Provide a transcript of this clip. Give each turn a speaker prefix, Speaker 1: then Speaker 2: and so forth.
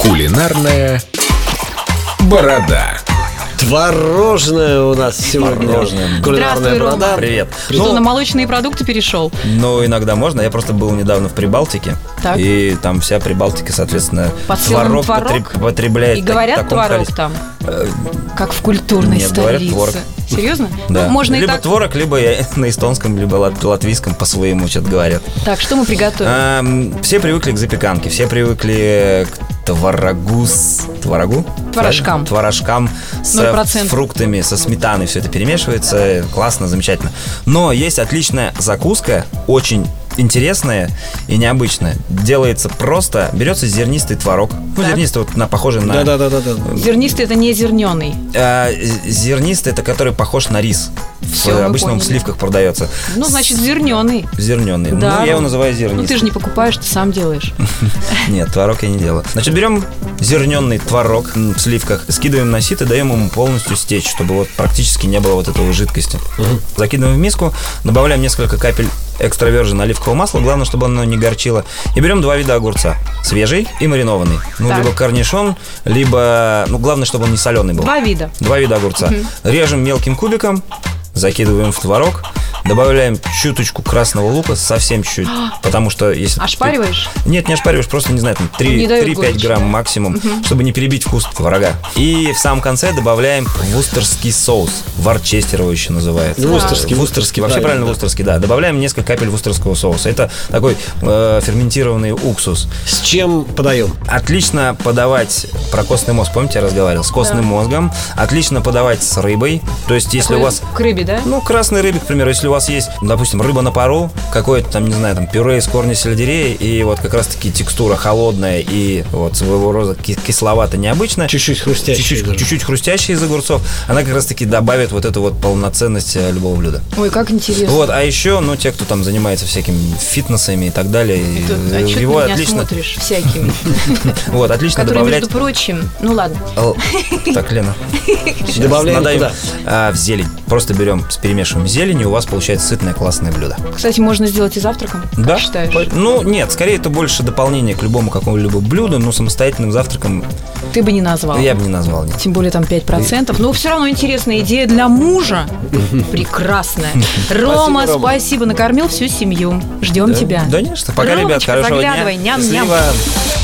Speaker 1: Кулинарная борода.
Speaker 2: Творожная у нас сегодня.
Speaker 3: Творожная.
Speaker 2: Кулинарная
Speaker 4: Здравствуй, Рома.
Speaker 2: борода.
Speaker 3: Привет.
Speaker 4: Что,
Speaker 3: Ну,
Speaker 4: на молочные продукты перешел?
Speaker 3: Ну, иногда можно. Я просто был недавно в Прибалтике.
Speaker 4: Так.
Speaker 3: И там вся Прибалтика, соответственно,
Speaker 4: Под словом творог?
Speaker 3: потреб- потребляет.
Speaker 4: И
Speaker 3: так-
Speaker 4: говорят
Speaker 3: таком
Speaker 4: творог
Speaker 3: количестве.
Speaker 4: там, как в культурной
Speaker 3: нет, говорят,
Speaker 4: столице.
Speaker 3: творог.
Speaker 4: Серьезно?
Speaker 3: Да.
Speaker 4: Ну, можно
Speaker 3: либо
Speaker 4: и так.
Speaker 3: творог, либо я на эстонском, либо лат- латвийском по-своему что-то говорят.
Speaker 4: Так, что мы приготовим?
Speaker 3: А, м, все привыкли к запеканке, все привыкли к творогу с... Творогу?
Speaker 4: Творожкам.
Speaker 3: Правильно? Творожкам
Speaker 4: Ноль
Speaker 3: с
Speaker 4: процентов.
Speaker 3: фруктами, со сметаной все это перемешивается. Классно, замечательно. Но есть отличная закуска, очень интересная и необычная. Делается просто, берется зернистый творог. Ну,
Speaker 4: Так.
Speaker 3: зернистый, вот на, похожий на...
Speaker 2: Да-да-да-да.
Speaker 4: Зернистый это не зерненый.
Speaker 3: А, з- зернистый, это который похож на рис.
Speaker 4: Всё,
Speaker 3: в,
Speaker 4: мы
Speaker 3: обычно он в
Speaker 4: поняли.
Speaker 3: сливках продается.
Speaker 4: Ну, значит, зерненый.
Speaker 3: Зерненый.
Speaker 4: Да.
Speaker 3: Ну, я его называю
Speaker 4: Ну,
Speaker 3: зернистый.
Speaker 4: ты же не покупаешь, ты сам делаешь.
Speaker 3: Нет, творог я не делаю. Значит, берем зерненный творог м, в сливках, скидываем на сито, даем ему полностью стечь, чтобы вот практически не было вот этого жидкости. Закидываем в миску, добавляем несколько капель экстравержен оливкового масла, главное, чтобы оно не горчило. И берем два вида огурца. Свежий и маринованный. Ну,
Speaker 4: Так.
Speaker 3: либо корнишон, либо... Ну, главное, чтобы он не соленый был.
Speaker 4: Два вида.
Speaker 3: Два вида огурца. Режем мелким кубиком, закидываем в творог, добавляем чуточку красного лука, совсем чуть-чуть,
Speaker 4: А!
Speaker 3: потому что если...
Speaker 4: Ошпариваешь?
Speaker 3: Нет, не ошпариваешь, просто, не знаю, там
Speaker 4: Не дает
Speaker 3: 3-5
Speaker 4: горечи,
Speaker 3: грамм
Speaker 4: да?
Speaker 3: максимум, чтобы не перебить вкус врага. И в самом конце добавляем вустерский соус. Варчестер его еще называют.
Speaker 2: Да. Вустерский,
Speaker 3: Вустерский, вообще
Speaker 2: правильно,
Speaker 3: правильно
Speaker 2: да.
Speaker 3: вустерский, да. Добавляем несколько капель вустерского соуса. Это такой э, ферментированный уксус.
Speaker 2: С чем подаем?
Speaker 3: Отлично подавать про костный мозг, помните, я разговаривал, с костным мозгом. Отлично подавать с рыбой. То есть, если у вас
Speaker 4: К рыбе, да?
Speaker 3: ну, красной рыбе, к примеру, если у вас есть, допустим, рыба на пару, какое-то там, не знаю, там пюре из корня сельдерея, и вот как раз-таки текстура холодная и вот своего рода ки- кисловато необычная.
Speaker 2: Чуть-чуть хрустящий.
Speaker 3: Чуть-чуть,
Speaker 2: даже.
Speaker 3: чуть-чуть хрустящая из огурцов, она как раз-таки добавит вот эту вот полноценность э, любого блюда.
Speaker 4: Ой, как интересно.
Speaker 3: Вот, а еще, ну, те, кто там занимается всякими фитнесами и так далее,
Speaker 4: Тут, а
Speaker 3: э,
Speaker 4: чё ты
Speaker 3: его
Speaker 4: на меня
Speaker 3: отлично,
Speaker 4: смотришь всякими,
Speaker 3: вот, отлично
Speaker 4: которые,
Speaker 3: добавлять.
Speaker 4: между прочим, ну ладно,
Speaker 3: Л- Так, Лена. Сейчас
Speaker 2: Добавляем
Speaker 3: надаем,
Speaker 2: туда.
Speaker 3: а, в зелень. Просто берем, перемешиваем зелень, и у вас получается сытное классное блюдо.
Speaker 4: кстати, можно сделать и завтраком, как
Speaker 3: Да?
Speaker 4: считаешь?
Speaker 3: По- Ну, нет, скорее это больше дополнение к любому какому-либо блюду, но самостоятельным завтраком
Speaker 4: Ты бы не назвал.
Speaker 3: я бы не назвал. Нет.
Speaker 4: Тем более там 5%. Но все равно интересная идея для мужа. Прекрасная. Рома,
Speaker 2: Рома.
Speaker 4: спасибо, накормил всю семью. Ждем тебя.
Speaker 3: Да не что. Пока, ребят,
Speaker 4: Ромочка,
Speaker 3: хорошего дня.
Speaker 4: заглядывай, ням-ням.
Speaker 3: Счастливо.